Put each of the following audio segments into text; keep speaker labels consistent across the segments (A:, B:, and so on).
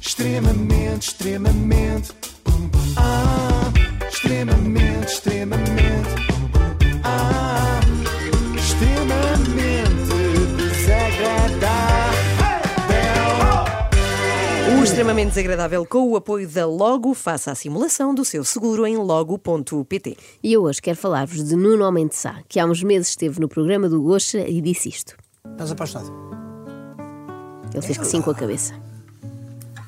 A: extremamente, extremamente. Ah, extremamente, extremamente. Ah, extremamente desagradável.
B: O extremamente desagradável com o apoio da Logo, faça a simulação do seu seguro em logo.pt.
C: E eu hoje quero falar-vos de Nuno Homem de Sá, que há uns meses esteve no programa do Gocha e disse isto.
D: Estás apaixonado?
C: Ele fez que sim com a cabeça.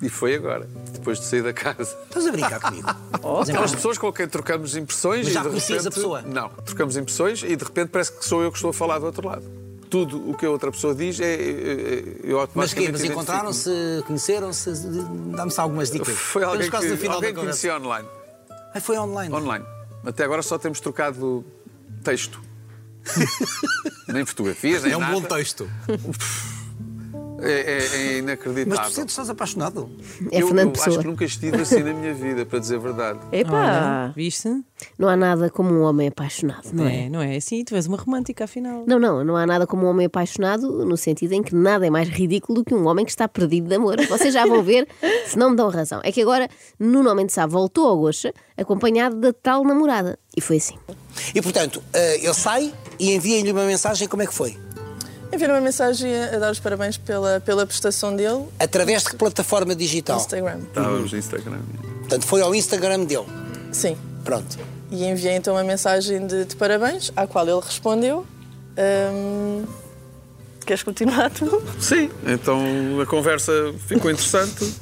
E: E foi agora, depois de sair da casa.
D: Estás a brincar comigo? Mas é
E: Aquelas
D: verdade.
E: pessoas com quem trocamos impressões
D: Mas já
E: e de repente.
D: conheces a pessoa?
E: Não, trocamos impressões e de repente parece que sou eu que estou a falar do outro lado. Tudo o que a outra pessoa diz é. é- é- Eu
D: Mas
E: automaticamente.
D: que Mas
E: identifico-me.
D: encontraram-se, conheceram-se? Dá-me algumas dicas.
E: Foi alguém
D: Estamos quase no
E: que,
D: final
E: alguém
D: da
E: que
D: conversa.
E: conhecia online.
D: Ah, foi online.
E: Online. Até agora só temos trocado texto. nem fotografias, nem
D: É um
E: nada.
D: bom texto.
E: É, é- é
D: Mas
E: inacreditável.
D: tu sentes que estás apaixonado?
C: É
E: eu,
C: Fernando
E: eu
C: Pessoa.
E: acho que nunca estive assim na minha vida, para dizer a verdade.
B: É. Epá!
F: Viste?
C: Não há nada como um homem apaixonado, não
F: Não
C: é?
F: é, não é? Sim, tu és uma romântica, afinal.
C: Não, não, não há nada como um homem apaixonado no sentido em que nada é mais ridículo do que um homem que está perdido de amor. Vocês já vão ver se não me dão razão. É que agora Nuno Homem de Sá voltou ao Gocha acompanhado da tal namorada. E foi assim.
D: E portanto, eh, eu saio e enviem-lhe uma mensagem como é que foi?
G: Enviar uma mensagem a a dar os parabéns pela, pela prestação dele
D: Através de que plataforma
G: no
D: digital?
G: Instagram.
E: Estávamos no Instagram.
D: Portanto, foi ao Instagram dele.
G: Sim.
D: Pronto.
G: E enviei então uma mensagem de, de parabéns, à qual ele respondeu. hum, Ahm, Queres continuar tu?
E: Sim, então a conversa ficou interessante.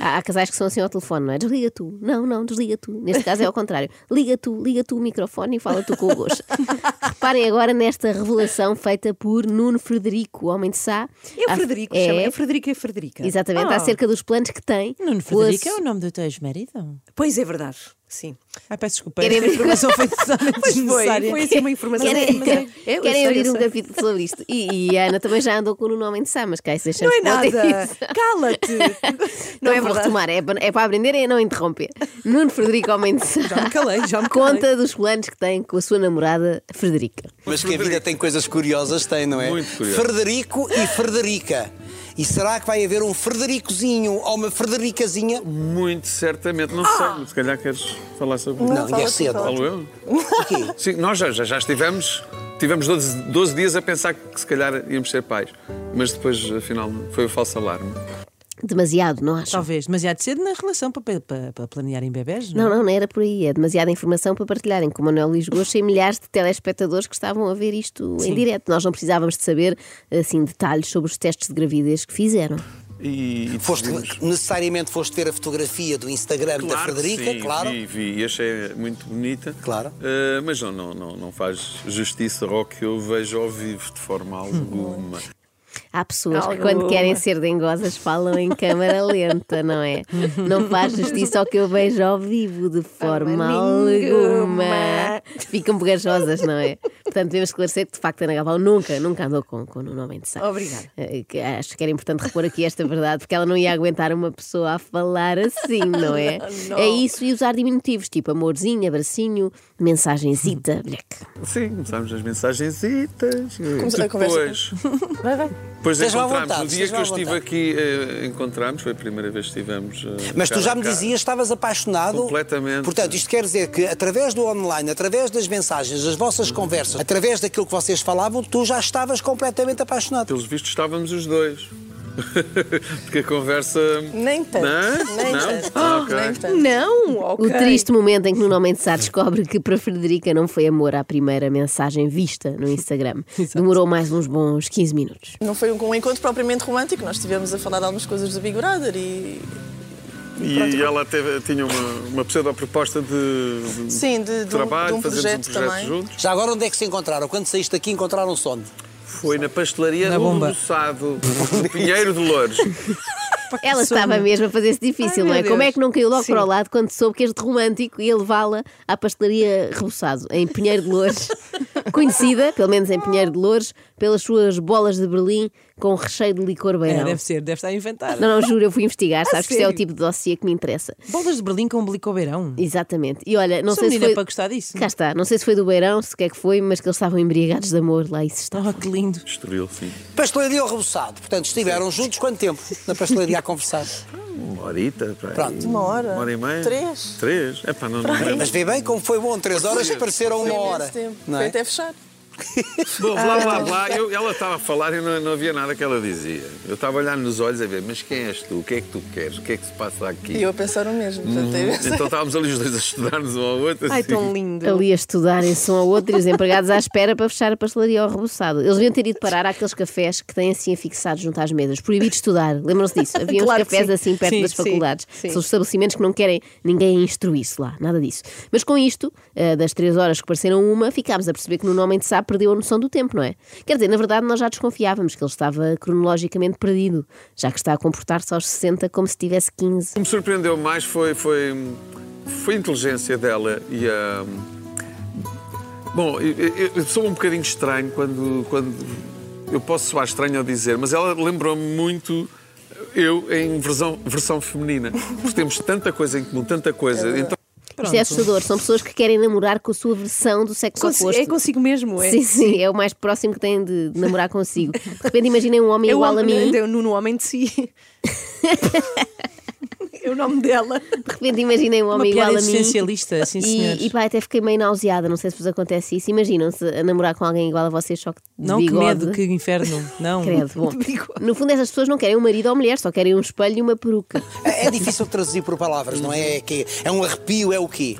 C: Há, há casais que são assim ao telefone, não é? Desliga tu. Não, não, desliga tu. Neste caso é ao contrário. Liga tu, liga tu o microfone e fala tu com o gosto. Reparem agora nesta revelação feita por Nuno Frederico, o homem de Sá.
B: É o
C: Há-
B: Frederico,
C: é,
B: chama, é o Frederico e a Frederica.
C: Exatamente,
B: Ah,
C: acerca dos planos que tem.
F: Nuno
C: com a
F: Frederico é o nome do teu ex-marido?
B: Pois é verdade, sim.
F: Ah, peço desculpa,
C: Querem
F: esta
C: abrir-
F: informação foi totalmente
B: Pois foi,
F: desnecessária.
B: foi assim uma informação.
C: Querem,
B: Mas é- eu
C: querem
B: sei,
C: abrir
B: eu
C: um
B: sei.
C: capítulo sobre isto. E, e a Ana também já andou com o Nuno Homem de Sá, mas cá isso
B: Não é
C: deixamos para outra
B: nada!
C: edição.
B: Cala-te!
C: Não, é para retomar, é para, é para aprender e não interromper. Nuno Frederico Homem de Sá.
F: Já me calei, já me calei.
C: Conta dos planos que tem com a sua namorada Frederica.
D: Mas que a vida tem coisas curiosas, tem, não é?
E: Muito curioso.
D: Frederico e Frederica. E será que vai haver um Fredericozinho ou uma Fredericazinha?
E: Muito certamente, não sei. Se calhar queres falar sobre
D: Ah! Não,
G: fala
D: e é
G: tu,
D: cedo.
G: fala tu.
E: Falo eu?
D: Porquê?
E: Sim, nós já, já, já estivemos. Tivemos 12, 12 dias a pensar que se calhar íamos ser pais. Mas depois, afinal, foi o falso alarme.
C: Demasiado, não acho?
F: Talvez demasiado cedo na relação para, para- para, para planearem bebés, não?
C: Não, não, não era por aí. É demasiada informação para partilharem com o Manuel Luís Gosta e milhares de telespectadores que estavam a ver isto em direto. Nós não precisávamos de saber assim detalhes sobre os testes de gravidez que fizeram.
E: E, e
D: Foste,
E: decidimos-
D: necessariamente foste ver a fotografia do Instagram da
E: Claro que
D: Frederica,
E: sim,
D: claro.
E: Vi, vi e achei muito bonita.
D: Claro.
E: Eh, mas não, não, não, não faz justiça ao que eu vejo ao vivo, de forma alguma.
C: Há pessoas que
B: Alguma.
C: quando querem ser dengosas falam em câmara lenta, não é? Não faz justiça ao que eu vejo ao vivo de forma alguma.
B: nenhuma.
C: Ficam pegajosas, não é? Portanto, devemos esclarecer que de facto Ana Galvão nunca, nunca andou com, com um homem de saco.
B: Obrigada.
C: Eh, que Acho que era importante repor aqui esta verdade, porque ela não ia aguentar uma pessoa a falar assim, não é?
B: Não.
C: É isso e usar diminutivos, tipo amorzinho, abracinho, mensagenzita, breque.
E: Sim, começámos as mensagenzitas.
G: Começa- a
E: Depois,
G: Vai, vai.
E: depois
D: Esteja à
E: tipo, encontramos.
D: vontade,
E: O dia
D: esteja
E: que eu
D: à
E: estive
D: vontade.
E: aqui, eh, encontramos, foi a primeira vez que estivemos. eh,
D: Mas tu
E: cara
D: já
E: a
D: me
E: cara.
D: dizias que estavas apaixonado.
E: Completamente.
D: Portanto, isto quer dizer que através do online, através das mensagens, das vossas
E: Uhum.
D: conversas, através daquilo que vocês falavam, tu já estavas completamente apaixonado.
E: Pelos vistos, estávamos os dois. Porque a conversa.
G: Nem tanto.
E: Não?
G: Nem
E: Não?
G: tanto.
E: Ah, ok.
G: Nem tanto.
B: Não! ok.
C: O triste momento em que Nuno Mendes Sá descobre que para Frederica não foi amor à primeira mensagem vista no Instagram. Demorou mais uns bons 15 minutos.
G: Não foi um, um encontro propriamente romântico, nós estivemos a falar de algumas coisas do Big Brother e.
E: E, e ela teve- tinha uma, uma pseudo-proposta de, de
G: Sim, de, de um-
E: trabalho,
G: de um
E: fazemos
G: projeto,
E: um projeto
G: também.
E: juntos.
D: Já agora onde é que se encontraram? Quando saíste daqui encontraram-se onde?
E: Foi na pastelaria
F: Na
E: do
F: bomba.
E: Moçado, no Pinheiro de Louros.
C: Ela estava mesmo a fazer-se difícil,
B: Ai,
C: não é?
B: meu
C: Como é
B: Deus.
C: que não caiu logo
B: Sim.
C: para o lado quando soube que este romântico ia levá-la à pastelaria Reboçado, em Pinheiro de Loures? Conhecida, pelo menos em Pinheiro de Loures, pelas suas bolas de Berlim com recheio de licor
F: É,
C: beirão.
F: deve ser, deve estar a inventar.
C: não, não, juro, eu fui investigar, sabes que isso é o
B: sério?
C: tipo de dossiê que me interessa.
F: Bolas de Berlim com um belicobeirão.
C: Exatamente. E olha, não
F: Sou
C: sei se
F: menina
C: foi...
F: para gostar disso.
C: Cá está, não sei se foi do Beirão, se o que é que foi, mas que eles estavam embriagados de amor lá e se está.
F: Oh, que lindo.
E: Estoril, sim.
D: Pastelaria ou reboçado? Portanto, estiveram juntos quanto tempo na pastelaria a conversar?
E: Uma horita, pá,
D: Pronto.
G: Uma hora.
E: Uma hora e meia.
G: Três.
E: Três? É pá, não, não é.
D: Mas vê bem como foi bom, três horas pareceram
G: Foi
D: uma
G: imenso
D: hora.
G: tempo.
D: não
G: Foi
D: é?
G: até fechar.
E: Bom, blá, blá, blá. Eu, ela estava a falar e não, não havia nada que ela dizia. Eu estava a olhar nos olhos a ver, mas quem és tu? O que é que tu queres? O que é que se passa aqui?
G: E eu a pensar o mesmo. Portanto, é imenso.
E: Então estávamos ali os dois a estudar-nos um ao outro.
B: Ai,
E: assim.
B: tão lindo.
C: Ali a estudarem som ao outro e os empregados à espera para fechar a pastelaria ao reboçado. Eles deviam ter ido parar àqueles cafés que têm assim afixados junto às mesas. Proibido estudar, lembram-se disso? Havia uns
B: Claro que
C: cafés
B: sim.
C: assim perto
B: Sim,
C: das
B: sim,
C: faculdades.
B: sim.
C: São os estabelecimentos que não querem ninguém a instruir-se lá, nada disso. Mas com isto, eh, das três horas que pareceram uma, ficámos a perceber que no Homem de Sá perdeu a noção do tempo, não é? Quer dizer, na verdade nós já desconfiávamos que ele estava cronologicamente perdido, já que está a comportar-se aos 60 como se tivesse 15.
E: O que me surpreendeu mais foi, foi, foi a inteligência dela e a. Bom, eu, eu- eu sou um bocadinho estranho quando, quando. Eu posso soar estranho ao dizer, mas ela lembrou-me muito eu em versão, versão feminina. Porque temos tanta coisa em comum, tanta coisa. então,
C: Isto é assustador, são pessoas que querem namorar com a sua versão do sexo
B: Consi-
C: oposto.
B: é consigo mesmo, é?
C: Sim, sim, é o mais próximo que têm de de namorar consigo. De repente imaginem um homem
B: É o
C: igual a
B: homem-
C: mim.
B: é o Nuno Homem de Si. é o nome dela.
C: De repente imaginem um homem
F: piada
C: igual a mim.
F: existencialista, sim, senhores.
C: E, e pá, até fiquei meio nauseada, não sei se vos acontece isso. Imaginam-se a namorar com alguém igual a vocês, só que de
F: Não, que
C: bigode.
F: medo, que inferno. Não.
C: Credo. Bom,
B: De bigode.
C: no fundo, essas pessoas não querem um marido ou mulher, só querem um espelho e uma peruca.
D: É é difícil traduzir por palavras, não é? É, que é um arrepio, é o quê?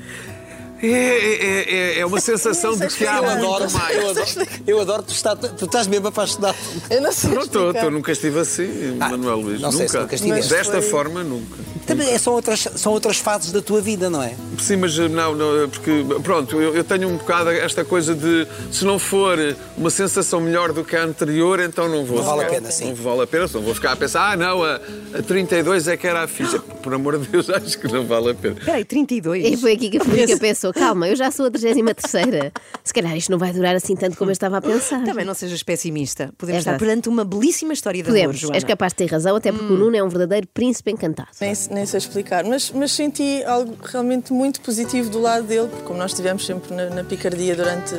E: é, é, é, é uma sensação de que há
D: Eu
E: muito
D: adoro, eu
E: mais.
D: adoro, eu adoro tu, estás, tu estás mesmo apaixonado.
G: Eu não sei
E: Não estou,
G: explicar.
E: estou, nunca estive assim,
D: Ah,
E: Manuel Luís.
D: não sei se nunca estiveste.
E: Desta
G: Mas foi-
E: forma, nunca.
D: Também é- são outras, são outras fases da tua vida, não é?
E: Sim, mas eh, não, não, porque pronto, eu, eu tenho um bocado esta coisa de se não for uma sensação melhor do que a anterior, então não vou.
D: Não vale a
E: sequer.
D: pena, sim.
E: Não vale a pena, senão vou ficar a pensar, ah não, a, a 32 é que era a ficha. Por amor de Deus, acho que não vale a pena.
B: Peraí, 32.
C: E É, foi aqui que a Frederica pensou: calma, eu já sou a 33. Se calhar isto não vai durar assim tanto como eu estava a pensar.
B: Também não sejas pessimista. Podemos
C: É
B: estar
C: verdade.
B: perante uma belíssima história de amor,
C: Podemos,
B: Joana.
C: és capaz de ter razão, até porque o Nuno é um verdadeiro príncipe encantado.
G: Nem, nem sei explicar, mas, mas senti algo realmente muito positivo do lado dele, porque como nós estivemos sempre na, na picardia durante,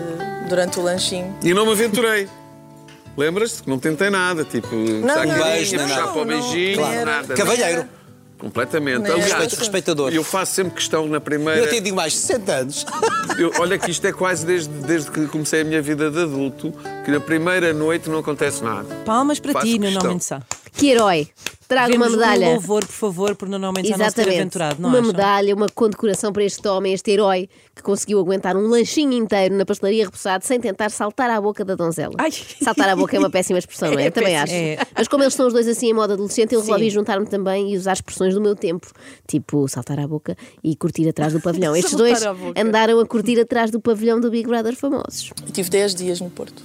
G: durante o lanchinho.
E: E não me aventurei. Lembras-te que não tentei nada, tipo, puxar
G: não,
E: a
D: não,
E: puxar para
G: não,
E: o
G: não.
E: beijinho,
G: Claro.
E: nada. é?
D: Cavalheiro, é
E: Completamente.
G: Não.
E: Aliás,
D: respeito- respeitador.
E: eu faço sempre questão na primeira.
D: Eu até digo mais, 60 anos.
E: Eu- olha que isto é quase desde, desde que comecei a minha vida de adulto, que na primeira noite não acontece nada.
F: Palmas para
E: Faço
F: ti, Nuno
E: questão.
F: Homem de Sá.
C: Que herói! Traga uma
F: Vemos Um
C: medalha.
F: louvor, por favor, por Nuno Homem de Sá não se ter
C: Exatamente.
F: aventurado, não
C: uma
F: acham?
C: medalha, uma condecoração para este homem, este herói, que conseguiu aguentar um lanchinho inteiro na pastelaria repousado sem tentar saltar à boca da donzela.
B: Ai.
C: Saltar à boca é uma péssima expressão, não é?
B: É
C: Eu também
B: péssimo.
C: acho.
F: É.
C: Mas como eles são os dois assim em moda adolescente, eu resolvi juntar-me também e usar expressões do meu tempo, tipo saltar à boca e curtir atrás do pavilhão. Estes
B: Saltar
C: dois
B: à boca.
C: andaram a curtir atrás do pavilhão do Big Brother famosos.
G: E tive 10 dias no Porto.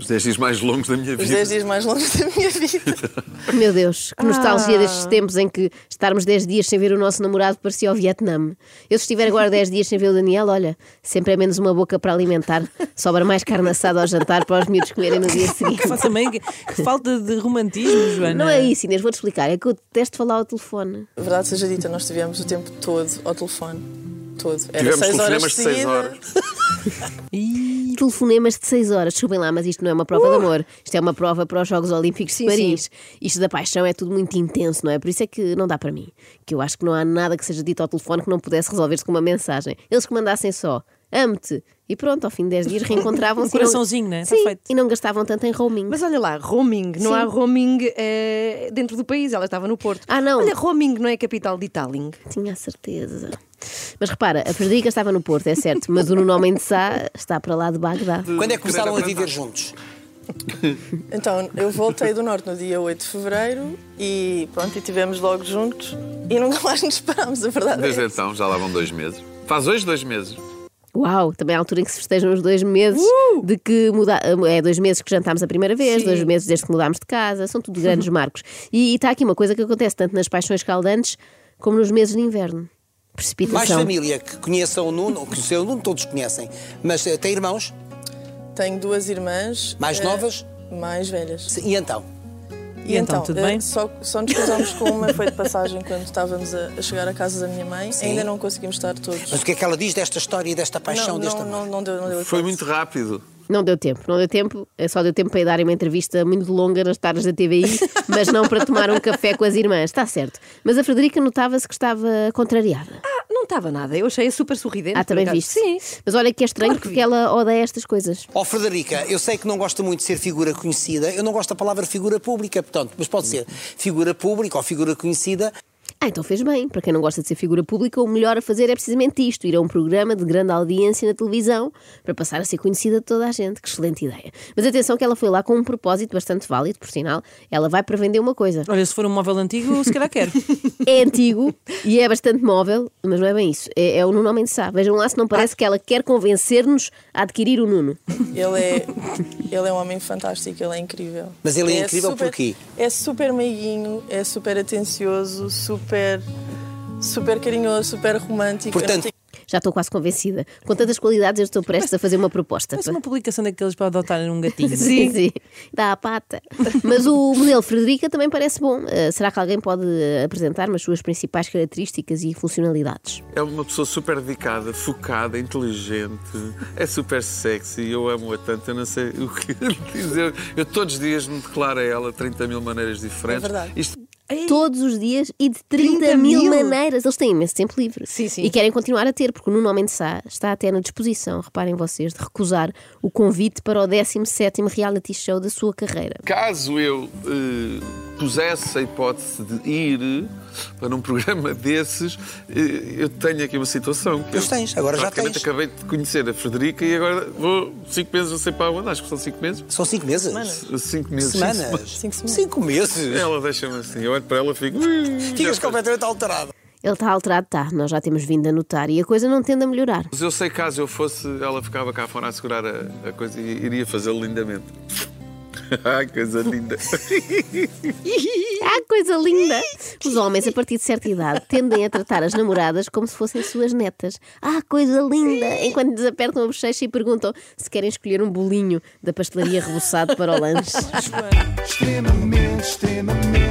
E: Os 10 dias mais longos da minha
G: Os
E: vida.
G: 10 dias mais longos da minha vida.
C: Meu Deus, que nostalgia destes tempos em que estarmos 10 dias sem ver o nosso namorado parecia ao Vietnã. Eu, se estiver agora 10 dias sem ver o Daniel, olha, sempre é menos uma boca para alimentar, sobra mais carne assada ao jantar para os miúdos comerem no dia seguinte.
F: Faça também que que falta de romantismo, Joana.
C: Não é isso, Inês, vou-te explicar. É que eu detesto falar ao telefone.
G: A verdade seja dita, nós estivemos o tempo todo ao telefone. Todo. Era
E: Tivemos
G: 6 horas
E: telefonemas
G: de
E: de 6
G: seguida.
E: horas.
C: Telefonemas de 6 horas, desculpem lá, mas isto não é uma prova de
F: Uh!
C: amor. Isto é uma prova para os Jogos Olímpicos de Paris. Isto da paixão é tudo muito intenso, não é? Por isso é que não dá para mim. Que eu acho que não há nada que seja dito ao telefone que não pudesse resolver-se com uma mensagem. Eles que mandassem só, amo-te. E pronto, ao fim de 10 dias reencontravam-se.
F: Um coraçãozinho, né? Tá
C: Sim,
F: feito.
C: e não gastavam tanto em roaming.
B: Mas olha lá, roaming. Não
C: Sim.
B: há roaming eh, dentro do país. Ela estava no Porto.
C: Ah, não.
B: Olha, roaming não é a capital de Italing.
C: Tinha a certeza. Mas repara, a Frederica estava no Porto, é certo, mas o Nuno Homem de Sá está para lá de Bagdá.
E: Hum,
D: Quando é que começaram a
E: Querer
D: viver
E: apresentar.
D: juntos?
G: Então, eu voltei do Norte no dia 8 de Fevereiro e pronto, e estivemos logo juntos e nunca mais nos parámos, a verdade é
E: Desde
G: essa.
E: então, já lá vão dois meses. Faz hoje dois meses.
C: Uau, também há a altura em que se festejam os dois meses
B: Uh!
C: de que muda, é dois meses que jantámos a primeira vez, dois meses desde que mudámos de casa, são tudo grandes marcos. E está aqui uma coisa que acontece tanto nas paixões caldantes como nos meses de inverno.
D: Mais
C: Precipitação.
D: família que conheçam o Nuno, ou que conheceu o Nuno, todos conhecem, mas eh, tem irmãos
G: Tenho duas irmãs.
D: mais
G: eh,
D: novas?
G: Mais velhas.
D: E então?
F: E então, tudo
G: eh,
F: bem?
G: Só, só nos casámos com uma foi de passagem quando estávamos a, a chegar à casa da minha mãe. Ainda não conseguimos estar todos.
D: Mas o que é que ela diz desta história e desta paixão
G: não,
D: deste
G: não,
D: amor?
G: não, não deu, não deu
E: Foi
G: hipótese.
E: muito rápido.
C: Não deu tempo, não deu tempo, eh, só deu tempo para ir dar uma entrevista muito longa nas tardes da TVI, mas não para tomar um café com as irmãs, está certo. Mas a Frederica notava-se que estava contrariada.
B: Ah, não estava nada. Eu achei super sorridente.
C: Ah,
B: por
C: também
B: acaso.
C: viste?
B: Sim.
C: Mas olha que é estranho
B: Claro que
C: porque
B: vi.
C: ela odeia estas coisas.
D: Ó Oh, Frederica, eu sei que não gosta muito de ser figura conhecida, eu não gosto da palavra figura pública, portanto, mas pode ser figura pública ou figura conhecida.
C: Ah, então fez bem. Para quem não gosta de ser figura pública, o melhor a fazer é precisamente isto: ir a um programa de grande audiência na televisão para passar a ser conhecida de toda a gente. Que excelente ideia. Mas atenção que ela foi lá com um propósito bastante válido, por sinal. Ela vai para vender uma coisa.
F: Olha, se for um móvel antigo, se calhar quero.
C: É antigo e é bastante móvel, mas não é bem isso. É, é o Nuno Mendes Sá. Vejam lá se não parece que ela quer convencer-nos a adquirir o Nuno.
G: Ele é, ele é um homem fantástico, ele é incrível.
D: Mas ele é incrível
G: super-
D: porquê?
G: É super meiguinho, é super atencioso, super, super carinhoso, super romântico. Eu não
D: Portanto,
G: tenho-
C: Já estou quase convencida. Com tantas qualidades, eu estou prestes a fazer uma proposta.
F: Parece uma publicação daqueles para adotar um gatinho.
C: Sim. sim. Dá a pata. Mas o modelo Frederica também parece bom. Eh, será que alguém pode eh, apresentar-me as suas principais características e funcionalidades?
E: É uma pessoa super dedicada, focada, inteligente, é super sexy, eu amo-a tanto, eu não sei o que dizer. Eu todos os dias me declaro a ela 30 mil maneiras diferentes.
G: É verdade.
E: Isto
C: Todos os dias e de 30, mil, maneiras. Eles têm imenso tempo livre.
B: Sim, sim.
C: E querem continuar a ter, porque o Nuno Mendes Sá está até na disposição, reparem vocês, de recusar o convite para o 17º reality show da sua carreira.
E: Caso eu eh, pusesse a hipótese de ir para um programa desses, eh, eu tenho aqui uma situação. Que
D: Pois
E: eu
D: tens, agora já
E: praticamente
D: tens.
E: acabei de conhecer a Frederica e agora vou cinco meses, não sei para onde, acho que são cinco meses. Eh,
D: são cinco meses?
E: Cinco meses.
D: Semanas?
G: Cinco semanas.
D: Cinco meses?
E: Ela deixa-me assim, eu olho para ela e fico. "Ui, já
D: Ficas
E: está."
D: completamente alterado.
C: Ele está alterado, está. Nós já temos vindo a notar e a coisa não tende a melhorar.
E: Mas eu sei que caso eu fosse, ela ficava cá fora a segurar a, a coisa e iria fazê-lo lindamente. Ai, coisa linda.
C: Ah, coisa linda! Os homens, a partir de certa idade, tendem a tratar as namoradas como se fossem suas netas. Ah, coisa linda! Enquanto lhes apertam a bochecha e perguntam se querem escolher um bolinho da pastelaria reboçado para o lanche.
A: extremamente, Ah, extremamente.